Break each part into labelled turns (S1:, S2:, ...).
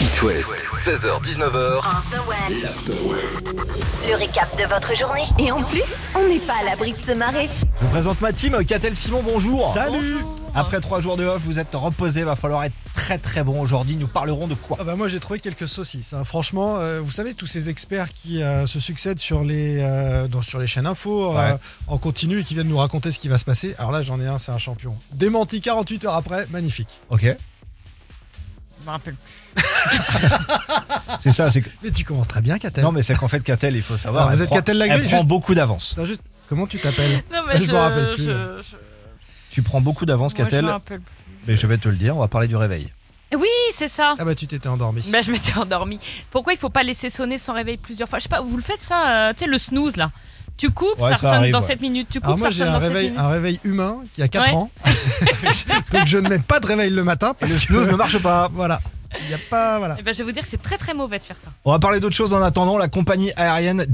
S1: It West, 16h-19h,
S2: After West.
S1: West.
S2: Le récap de votre journée. Et en plus, on n'est pas à l'abri de se marrer.
S3: Je vous présente ma team, Catel Simon, bonjour.
S4: Salut
S3: Après trois jours de off, vous êtes reposé, va falloir être très très bon aujourd'hui. Nous parlerons de quoi
S4: Ah bah moi j'ai trouvé quelques saucisses. hein. Franchement, euh, vous savez tous ces experts qui euh, se succèdent sur les euh, dans- sur les chaînes info euh,
S3: Ouais.
S4: en continu et qui viennent nous raconter ce qui va se passer. Alors là j'en ai un, c'est un champion. Démenti 48 heures après, magnifique.
S3: Ok.
S5: Je me rappelle plus.
S3: C'est ça, c'est que.
S4: Mais tu commences très Ah bien, Catel.
S3: Non, mais c'est qu'en fait, Catel, il faut savoir.
S4: Alors, vous
S3: elle
S4: êtes
S3: prend-
S4: Catel Lagré,
S3: Elle prend
S4: juste-
S3: beaucoup d'avance.
S4: Attends, juste, comment tu t'appelles
S5: Non,
S4: mais Je me je- rappelle plus. je-
S3: Tu prends beaucoup d'avance, Catel.
S5: rappelle plus.
S3: Mais je vais te le dire, on va parler du réveil.
S5: Oui, c'est ça.
S4: Ah bah tu t'étais endormi.
S5: Bah, je m'étais endormie. Pourquoi il faut pas laisser sonner son réveil plusieurs fois Je sais pas, vous le faites ça, euh, tu sais, le snooze là. Tu coupes,
S3: Ouais,
S5: ça,
S3: ça
S5: ressonne
S3: arrive,
S5: dans
S3: ouais.
S5: 7 minutes. Tu coupes,
S4: Alors moi
S5: ça
S4: j'ai
S5: ressonne
S4: un
S5: dans 7
S4: réveil,
S5: minutes.
S4: un réveil humain qui a 4
S5: Ouais.
S4: ans. Donc je ne mets pas de réveil le matin
S3: Le
S4: parce que
S3: snooze ne marche pas.
S4: voilà, il y a pas voilà.
S5: Eh ben, je vais vous dire que c'est très très mauvais de faire ça.
S3: On va parler d'autre chose en attendant. La compagnie aérienne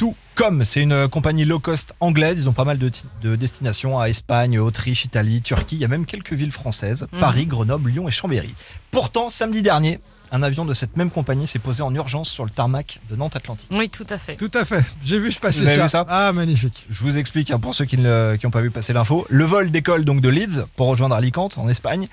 S3: Jet2Com, c'est une euh, compagnie low cost anglaise. Ils ont pas mal de, ti- de destinations à Espagne, Autriche, Italie, Turquie. Il y a même quelques villes françaises
S5: Mhm.
S3: Paris, Grenoble, Lyon et Chambéry. Pourtant, samedi dernier, un avion de cette même compagnie s'est posé en urgence sur le tarmac de Nantes Atlantique.
S5: Oui, tout à fait.
S4: Tout à fait. J'ai vu je
S3: Vous
S4: passer
S3: avez
S4: ça.
S3: vu ça
S4: Ah magnifique.
S3: Je vous explique hein, pour ceux qui n'ont qui ont pas vu passer l'info. Le vol décolle donc de Leeds pour rejoindre Alicante en Espagne.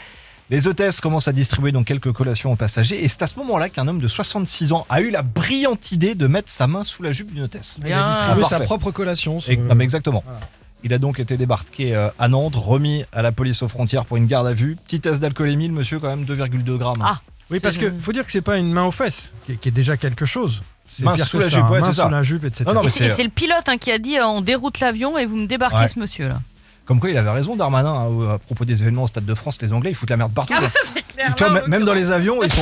S3: Les hôtesses commencent à distribuer donc quelques collations aux passagers et c'est à ce moment-là qu'un homme de 66 ans a eu la brillante idée de mettre sa main sous la jupe d'une hôtesse.
S4: Il a
S5: Bien.
S4: distribué sa
S3: Ah, Parfait.
S4: propre collation. ce-
S3: Et- non, mais exactement.
S4: Mmh. Voilà.
S3: Il a donc été débarqué euh, à Nantes, remis à la police aux frontières pour une garde à vue. Petit test d'alcoolémie, le monsieur quand même 2,2 grammes.
S5: Ah,
S4: Oui, parce que
S5: le-
S4: faut dire que c'est pas une main aux fesses, qui est, qui est déjà quelque chose. C'est
S3: Main
S4: pire
S3: sous
S4: que
S3: la
S4: ça,
S3: jupe,
S4: hein,
S3: ouais,
S4: main
S3: c'est ça.
S4: sous la jupe, etc.
S3: Non, non, mais
S5: et c'est et
S3: c'est-
S5: c'est le pilote hein, qui a dit euh, on déroute l'avion et vous me débarquez
S3: Ouais.
S5: ce monsieur là.
S3: Comme quoi il avait raison Darmanin hein, au- à propos des événements au Stade de France, les Anglais ils foutent la merde partout. quoi.
S5: Ah, c'est clair.
S3: Tu vois, m- même dans les avions ils sont...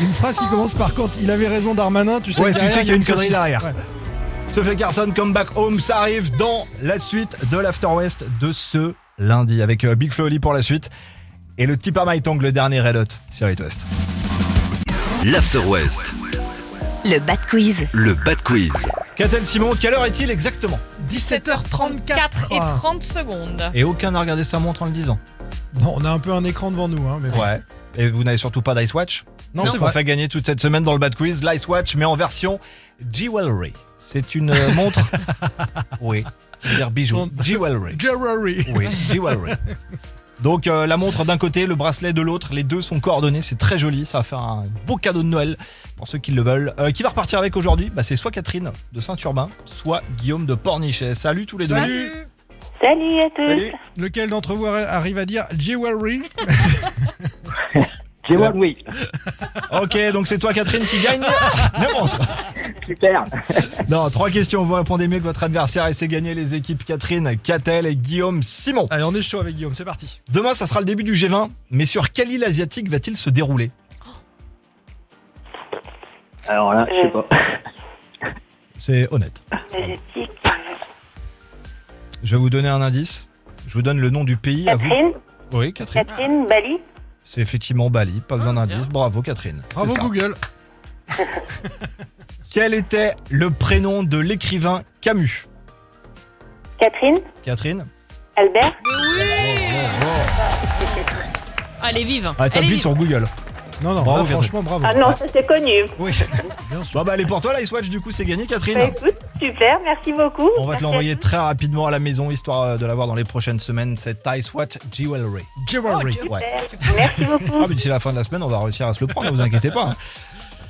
S4: Une phrase qui commence par contre, il avait raison Darmanin, tu sais
S3: Ouais,
S4: que
S3: tu sais
S4: derrière,
S3: qu'il y a une connerie
S4: saucisse.
S3: derrière.
S4: Ouais.
S3: Sophie Carson, Come Back Home, ça arrive dans la suite de l'After West de ce lundi avec euh, Big Flo et Oli pour la suite et le Tipa My Tongue, le dernier Red Hot sur It West.
S1: L'After West,
S2: Le bad quiz.
S1: le Bad Quiz.
S3: Catel Simon, quelle heure est-il exactement
S4: 17h34.
S5: et 30 secondes.
S3: Et aucun n'a regardé sa montre en le disant.
S4: Bon, on a un peu un écran devant nous, hein, mais bon.
S3: Ouais. Et vous n'avez surtout pas d'Ice Watch
S4: Non,
S3: C'est
S4: c'est
S3: ce qu'on
S4: vrai.
S3: fait gagner toute cette semaine dans le Bad Quiz, l'Ice Watch, mais en version Jewelry. C'est une euh, montre. oui. qui veut dire bijoux. Jewelry.
S4: Jewelry.
S3: Oui, Jewelry. Donc euh, la montre d'un côté, le bracelet de l'autre, les deux sont coordonnés, c'est très joli, ça va faire un beau cadeau de Noël pour ceux qui le veulent. Euh, qui va repartir avec aujourd'hui bah, C'est soit Catherine de Saint-Urbain, soit Guillaume de Pornichet. Salut tous les deux.
S5: Salut.
S6: Salut à tous.
S4: Lequel d'entre vous arrive à dire Jewelry
S3: Jewel,
S7: oui.
S3: Ok, donc c'est toi Catherine qui gagne la montre.
S7: Super.
S3: Non, trois questions, vous répondez mieux que votre adversaire et c'est gagné les équipes Catherine, Catel et Guillaume Simon.
S4: Allez, on est chaud avec Guillaume, c'est parti.
S3: Demain, ça sera le début du G20, mais sur quelle île asiatique va-t-il se dérouler
S7: Alors là, je sais pas.
S3: C'est honnête.
S6: Asiatique.
S3: Je vais vous donner un indice. Je vous donne le nom du pays. À vous.
S6: Catherine,
S3: Oui, Catherine.
S6: Catherine, Bali.
S3: C'est effectivement Bali, pas besoin
S5: Ah,
S3: d'indice. Bravo Catherine.
S4: Bravo
S3: C'est ça.
S4: Google.
S3: Quel était le prénom de l'écrivain Camus
S6: Catherine,
S3: Catherine
S6: Albert.
S5: Oui. Allez vive.
S3: Ah,
S5: Elle
S3: tape
S5: est
S3: vite
S5: vive.
S3: sur Google.
S4: Non, non,
S3: Bravo,
S4: là,
S3: Catherine.
S4: franchement, bravo.
S6: Ah non, ça c'est connu.
S3: Oui.
S4: Bien sûr.
S3: Bon, bah, elle est pour toi, l'iSwatch, du coup, c'est gagné,
S6: Bah,
S3: Catherine.
S6: écoute, super, merci beaucoup.
S3: On va te
S6: Merci à
S3: l'envoyer
S6: tous.
S3: très rapidement à la maison, histoire euh, de l'avoir dans les prochaines semaines. C'est iSwatch Jewelry.
S4: Jewelry.
S3: Ouais.
S6: Merci beaucoup.
S3: Ah, mais d'ici la fin de la semaine, on va réussir à se le prendre, ne vous inquiétez pas. hein.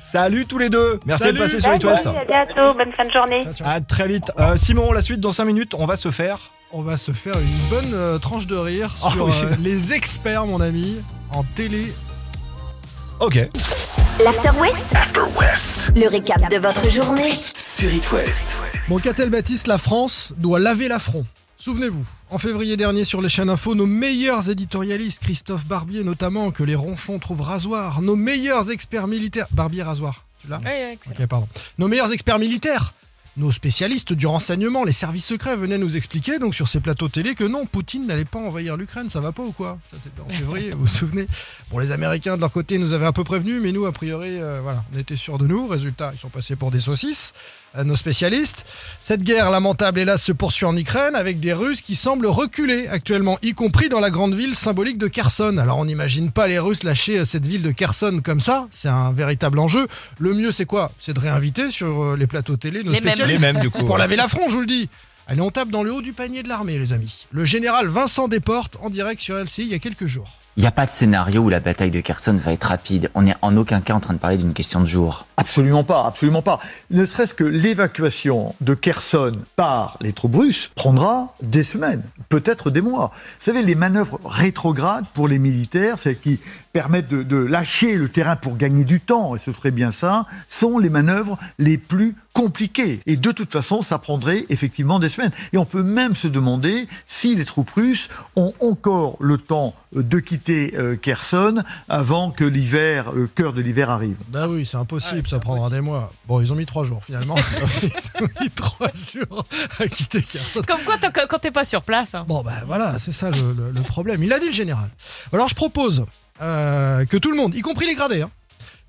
S3: Salut tous les deux. Merci
S4: Salut.
S3: de passer sur
S6: Bye
S3: It West.
S6: bye, à bientôt, bonne fin de journée.
S4: Tiens, tiens.
S3: À très vite. Euh, Simon, la suite dans 5 minutes, on va se faire.
S4: On va se faire une bonne euh, tranche de rire
S3: Oh,
S4: sur
S3: oui.
S4: euh, les experts, mon ami, en télé
S3: Ok.
S2: L'After West,
S1: After West,
S2: le récap de votre journée.
S1: sur It West.
S4: Bon, qu'a-t-elle Baptiste La France doit laver l'affront. Souvenez-vous, en février dernier sur les chaînes info, nos meilleurs éditorialistes, Christophe Barbier notamment, que les ronchons trouvent rasoir, nos meilleurs experts militaires. Barbier rasoir, tu l'as
S5: Ouais, ouais, excellent.
S4: Ok, pardon. Nos meilleurs experts militaires nos spécialistes du renseignement, les services secrets venaient nous expliquer donc sur ces plateaux télé que non, Poutine n'allait pas envahir l'Ukraine, ça va pas ou quoi Ça c'était en février, vous vous souvenez Bon, les Américains de leur côté nous avaient un peu prévenus, mais nous a priori, euh, voilà, on était sûrs de nous. Résultat, ils sont passés pour des saucisses, euh, nos spécialistes. Cette guerre lamentable, hélas, se poursuit en Ukraine avec des Russes qui semblent reculer actuellement, y compris dans la grande ville symbolique de Kherson. Alors on n'imagine pas les Russes lâcher euh, cette ville de Kherson comme ça, c'est un véritable enjeu. Le mieux, c'est quoi C'est de réinviter sur euh, les plateaux télé nos
S5: Les mêmes.
S4: spécialistes
S3: Les mêmes, du coup.
S4: pour
S3: ouais.
S4: laver la front, je vous le dis. Allez, on tape dans le haut du panier de l'armée, les amis. Le général Vincent Desportes en direct sur LCI il y a quelques jours.
S8: Il n'y a pas de scénario où la bataille de Kherson va être rapide. On n'est en aucun cas en train de parler d'une question de jour.
S9: Absolument pas, absolument pas. Ne serait-ce que l'évacuation de Kherson par les troupes russes prendra des semaines, peut-être des mois. Vous savez, les manœuvres rétrogrades pour les militaires, celles qui permettent de, de lâcher le terrain pour gagner du temps, et ce serait bien ça, sont les manœuvres les plus compliquées. Et de toute façon, ça prendrait effectivement des semaines. Et on peut même se demander si les troupes russes ont encore le temps de quitter euh, Kherson avant que l'hiver, le cœur de l'hiver arrive.
S4: Bah oui, c'est impossible, ça prendra des mois. Bon, ils ont mis trois jours finalement. ils ont mis trois jours à quitter Kherson.
S5: Comme quoi, t'as- quand t'es pas sur place. hein.
S4: Bon, ben voilà, c'est ça le, le- le problème. Il a dit le général. Alors je propose euh, que tout le monde, y compris les gradés, hein,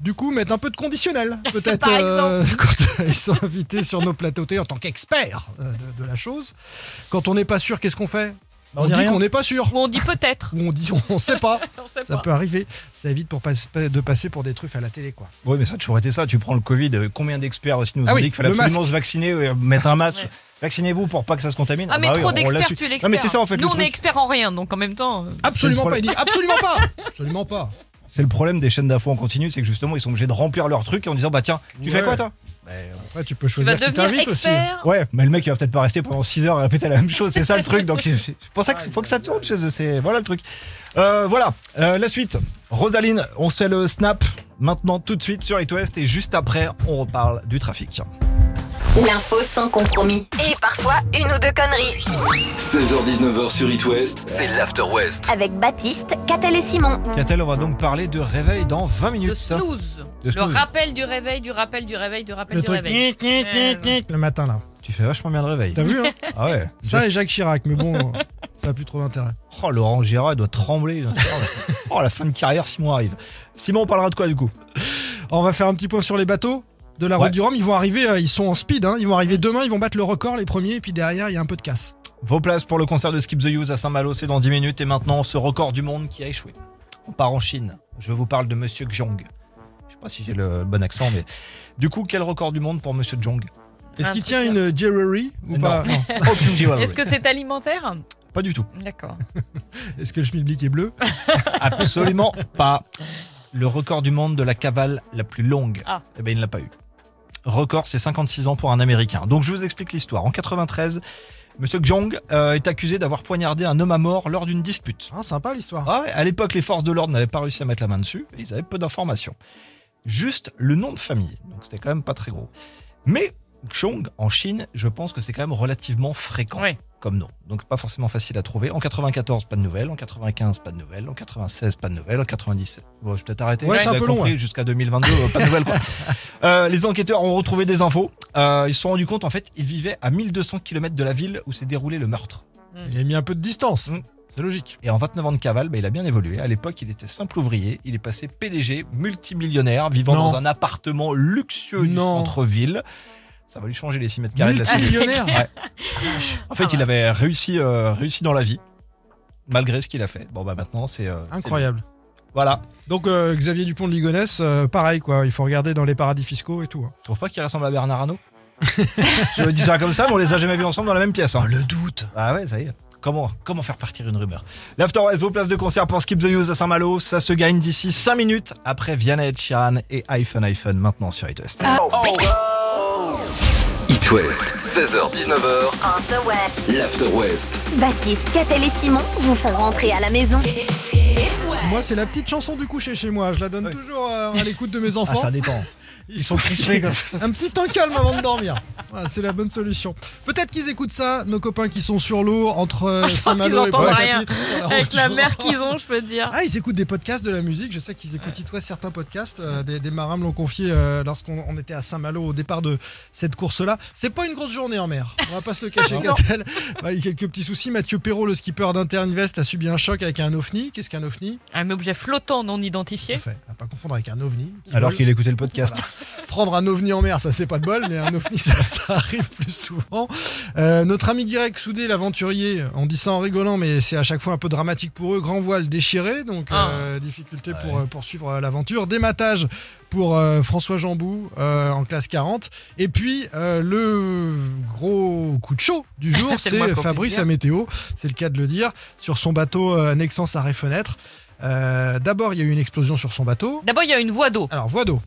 S4: du coup, mettre un peu de conditionnel, peut-être, euh,
S5: Par
S4: quand ils sont invités sur nos plateaux télé en tant qu'experts euh, de, de la chose. Quand on n'est pas sûr, qu'est-ce qu'on fait
S3: Bah, on
S4: On
S3: dit
S4: dit
S3: rien.
S4: qu'on n'est pas sûr.
S5: Ou on dit peut-être.
S4: Ou on dit on ne sait pas.
S5: On sait
S4: Ça
S5: pas.
S4: peut arriver. Ça évite pour pas- de passer pour des truffes à la télé, quoi.
S3: Oui, mais ça a toujours été ça. Tu prends le Covid, euh, combien d'experts aussi nous ont
S4: Ah oui,
S3: dit qu'il fallait
S4: le
S3: absolument se vacciner, euh, mettre un masque.
S5: Ouais.
S3: Vaccinez-vous pour pas que ça se contamine.
S5: Ah, mais
S3: bah oui, on-
S5: trop
S3: on l'a
S5: d'experts,
S3: su.
S5: tu
S3: Non,
S5: l'expert. hein.
S3: mais c'est ça en fait. le
S5: Nous, on est
S3: truc.
S5: experts en rien, donc en même temps. euh,
S4: Absolument
S3: C'est le
S4: pas. Il dit absolument pas. Absolument pas.
S3: C'est le problème des chaînes d'infos en continu, c'est que justement, ils sont obligés de remplir leur truc en disant Bah tiens, tu fais
S4: Ouais.
S3: quoi toi
S4: Après, tu peux
S5: Tu vas
S4: choisir qui
S5: devenir
S4: t'invite aussi.
S5: expert.
S3: Ouais, mais le mec, il va peut-être pas rester pendant 6 heures à répéter la même chose, c'est ça le truc. Donc, c'est c'est pour ça qu'il faut que ça tourne chez eux. C'est voilà le truc. Euh, voilà, Euh, la suite. Rosaline, on se fait le snap maintenant tout de suite sur It West et juste après, on reparle du trafic.
S2: L'info sans compromis. Et parfois, une ou deux conneries.
S1: 16h-19h sur It West, c'est l'After West.
S2: Avec Baptiste, Catel et Simon.
S3: Catel, on va donc parler de réveil dans 20 minutes.
S5: Le snooze.
S3: Le
S5: Le
S3: snooze.
S5: rappel du réveil, du rappel, du réveil, du rappel,
S4: Le
S5: du
S4: truc.
S5: réveil.
S4: gnic, gnic, gnic, gnic, Le matin, là.
S3: Tu fais vachement bien de réveil.
S4: T'as vu, hein
S3: Ah ouais.
S4: Ça et Jacques Chirac, mais bon, ça a plus trop d'intérêt.
S3: Oh, Laurent Gérard, il doit trembler. Oh, la fin de carrière, Simon arrive. Simon, on parlera de quoi du coup
S4: On va faire un petit point sur les bateaux de la route
S3: Ouais.
S4: du Rhum. Ils vont arriver, euh, ils sont en speed, hein. ils vont arriver demain, ils vont battre le record les premiers, et puis derrière, il y a un peu de casse.
S3: Vos places pour le concert de Skip the Use à Saint-Malo, c'est dans 10 minutes. Et maintenant, ce record du monde qui a échoué. On part en Chine. Je vous parle de Monsieur Zhong. Je sais pas si j'ai le bon accent, mais. Du coup, quel record du monde pour Monsieur Zhong
S4: Est-ce
S5: Un
S4: qu'il
S5: truc
S4: tient une Jerry ou
S3: Non.
S4: pas Non.
S3: Aucune Jiwawa.
S5: Est-ce que c'est alimentaire
S3: Pas du tout.
S5: D'accord.
S4: Est-ce que le schmilblick est bleu
S3: Absolument pas. Le record du monde de la cavale la plus longue,
S5: Ah.
S3: eh ben, il ne l'a pas eu. Record, c'est 56 ans pour un Américain. Donc je vous explique l'histoire. En 93, Monsieur Zhong euh, est accusé d'avoir poignardé un homme à mort lors d'une dispute.
S4: Ah, Sympa l'histoire.
S3: Ah ouais, à l'époque, les forces de l'ordre n'avaient pas réussi à mettre la main dessus. Ils avaient peu d'informations. Juste le nom de famille. Donc c'était quand même pas très gros. Mais Chong, en Chine, je pense que c'est quand même relativement fréquent
S5: Ouais.
S3: comme nom. Donc pas forcément facile à trouver. En 94, pas de nouvelles. En 95, pas de nouvelles. En 96, pas de nouvelles. En 97, bon, je vais peut-être arrêter.
S4: Ouais,
S3: vous
S4: c'est un
S3: avez
S4: peu long,
S3: compris, Jusqu'à 2022, euh, pas de nouvelles. Quoi. Euh, les enquêteurs ont retrouvé des infos. Euh, ils se sont rendus compte, en fait, ils vivaient à 1200 km de la ville où s'est déroulé le meurtre.
S4: Ah, Il a mis un peu de distance.
S3: Mm.
S4: C'est logique.
S3: Et en 29 ans de cavale, bah, il a bien évolué. À l'époque, il était simple ouvrier. Il est passé PDG, multimillionnaire, vivant
S4: Non.
S3: dans un appartement luxueux du
S4: Non.
S3: centre-ville. Ça va lui changer les 6 mètres carrés de la cellule.
S4: Multimillionnaire
S3: Ouais. En fait,
S5: Ah
S3: il avait réussi, euh, réussi dans la vie, malgré ce qu'il a fait. Bon, bah maintenant, c'est. euh,
S4: Incroyable.
S3: c'est- Voilà.
S4: Donc euh, Xavier Dupont de Ligonnès, euh, pareil quoi, il faut regarder dans les paradis fiscaux et tout. hein.
S3: Tu trouves pas qu'il ressemble à Bernard Arnault Je dis ça comme ça, mais on les a jamais vus ensemble dans la même pièce. le doute Ah ouais, ça y est. Comment, comment faire partir une rumeur L'After West, vos places de concert pour Skip the Use à Saint-Malo, ça se gagne d'ici 5 minutes après Vianney et Sheeran et iPhone iPhone maintenant sur It West.
S1: It West, 16h-19h,
S2: On the West.
S1: l'After West.
S2: Baptiste, Catel et Simon vous font rentrer à la maison.
S4: Moi c'est la petite chanson du coucher chez moi, je la donne
S3: Ouais.
S4: toujours euh, à l'écoute de mes
S3: Ah,
S4: enfants.
S3: ça dépend.
S4: Ils sont crispés comme ça. Un petit temps calme avant de dormir. Voilà, c'est la bonne solution. Peut-être qu'ils écoutent ça, nos copains qui sont sur l'eau, entre euh,
S5: je pense
S4: Saint-Malo
S5: qu'ils
S4: et
S5: entendent
S4: Pointe-à-Pitre. Voilà,
S5: Avec
S4: on-
S5: la mer qu'ils ont, je peux te dire.
S4: Ah, ils écoutent des podcasts de la musique. Je sais qu'ils écoutent toi certains podcasts. Euh, des, des marins me l'ont confié euh, lorsqu'on on était à Saint-Malo au départ de cette course-là. C'est pas une grosse journée en mer. On va pas se le cacher,
S5: Non.
S4: Catel. Bah, Il y a quelques petits soucis. Mathieu Perrault, le skipper d'Interinvest, a subi un choc avec un ovni. Qu'est-ce qu'un ovni
S5: Un objet flottant non identifié.
S4: Parfait. À pas confondre avec un ovni. qui
S3: Alors
S4: vole.
S3: qu'il écoutait le podcast.
S4: Prendre un ovni en mer, ça c'est pas de bol, mais un ovni ça, ça arrive plus souvent. Euh, notre ami Guirec Soudé, l'aventurier, on dit ça en rigolant, mais c'est à chaque fois un peu dramatique pour eux. Grand voile déchiré, donc
S5: Ah.
S4: euh, difficulté pour euh, poursuivre euh, l'aventure. Dématage pour euh, François Jambou euh, en classe 40. Et puis euh, le gros coup de chaud du jour,
S5: C'est le moins
S4: c'est
S5: qu'on puisse
S4: Fabrice
S5: dire.
S4: à météo, c'est le cas de le dire, sur son bateau euh, annexant sa fenêtre Euh, D'abord, il y a eu une explosion sur son bateau.
S5: D'abord, il y a une voie d'eau.
S4: Alors, voie d'eau.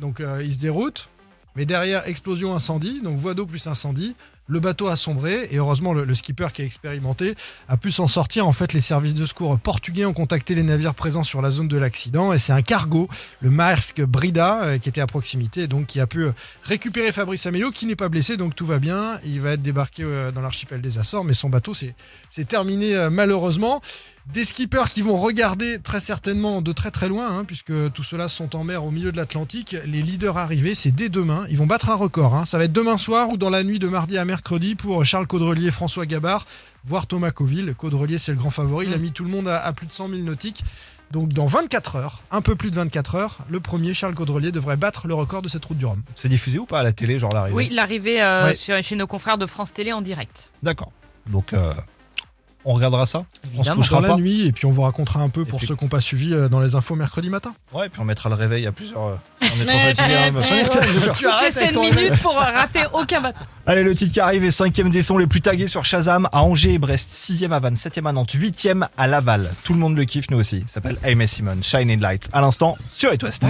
S4: Donc, euh, il se déroute, mais derrière, explosion, incendie. Donc, voie d'eau plus incendie. Le bateau a sombré et heureusement, le, le skipper qui est expérimenté a pu s'en sortir. En fait, les services de secours portugais ont contacté les navires présents sur la zone de l'accident et c'est un cargo, le Maersk Brida, euh, qui était à proximité, donc qui a pu euh, récupérer Fabrice Amelio, qui n'est pas blessé, donc tout va bien. Il va être débarqué euh, dans l'archipel des Açores, mais son bateau, c'est c'est terminé euh, malheureusement. Des skippers qui vont regarder très certainement de très très loin, hein, puisque tout cela sont en mer au milieu de l'Atlantique. Les leaders arrivés, c'est dès demain. Ils vont battre un record. hein. Ça va être demain soir ou dans la nuit de mardi à mercredi pour Charles Caudrelier, François Gabard, voire Thomas Coville. Caudrelier, c'est le grand favori.
S3: Mm.
S4: Il a mis tout le monde à, à plus de 100 000 nautiques. Donc dans 24 heures, un peu plus de 24 heures, le premier Charles Caudrelier devrait battre le record de cette route du Rhum.
S3: C'est diffusé ou pas à la télé, genre l'arrivée
S5: Oui, l'arrivée euh,
S4: Ouais.
S5: sur- chez nos confrères de France Télé en direct.
S3: D'accord. Donc, euh, on regardera ça.
S5: Évidemment.
S3: On se
S4: Dans
S3: couchera
S4: la
S3: pas.
S4: nuit, et puis on vous racontera un peu pour
S3: puis-
S4: ceux qui n'ont pas suivi euh, dans les infos mercredi matin.
S3: Ouais, et puis on mettra le réveil à plusieurs. euh, on est trop fatigué, hein, machin.
S4: tu arrêtes
S5: C'est
S4: avec
S5: une
S4: ton
S5: minute pour euh, rater aucun bateau.
S3: Allez, le titre qui arrive est cinquième des sons les plus tagués sur Shazam à Angers et Brest, sixième à Vannes, septième à Nantes, huitième à Laval. Tout le monde le kiffe, nous aussi. Il s'appelle Amy Simon, Shining Light. À l'instant, sur It West.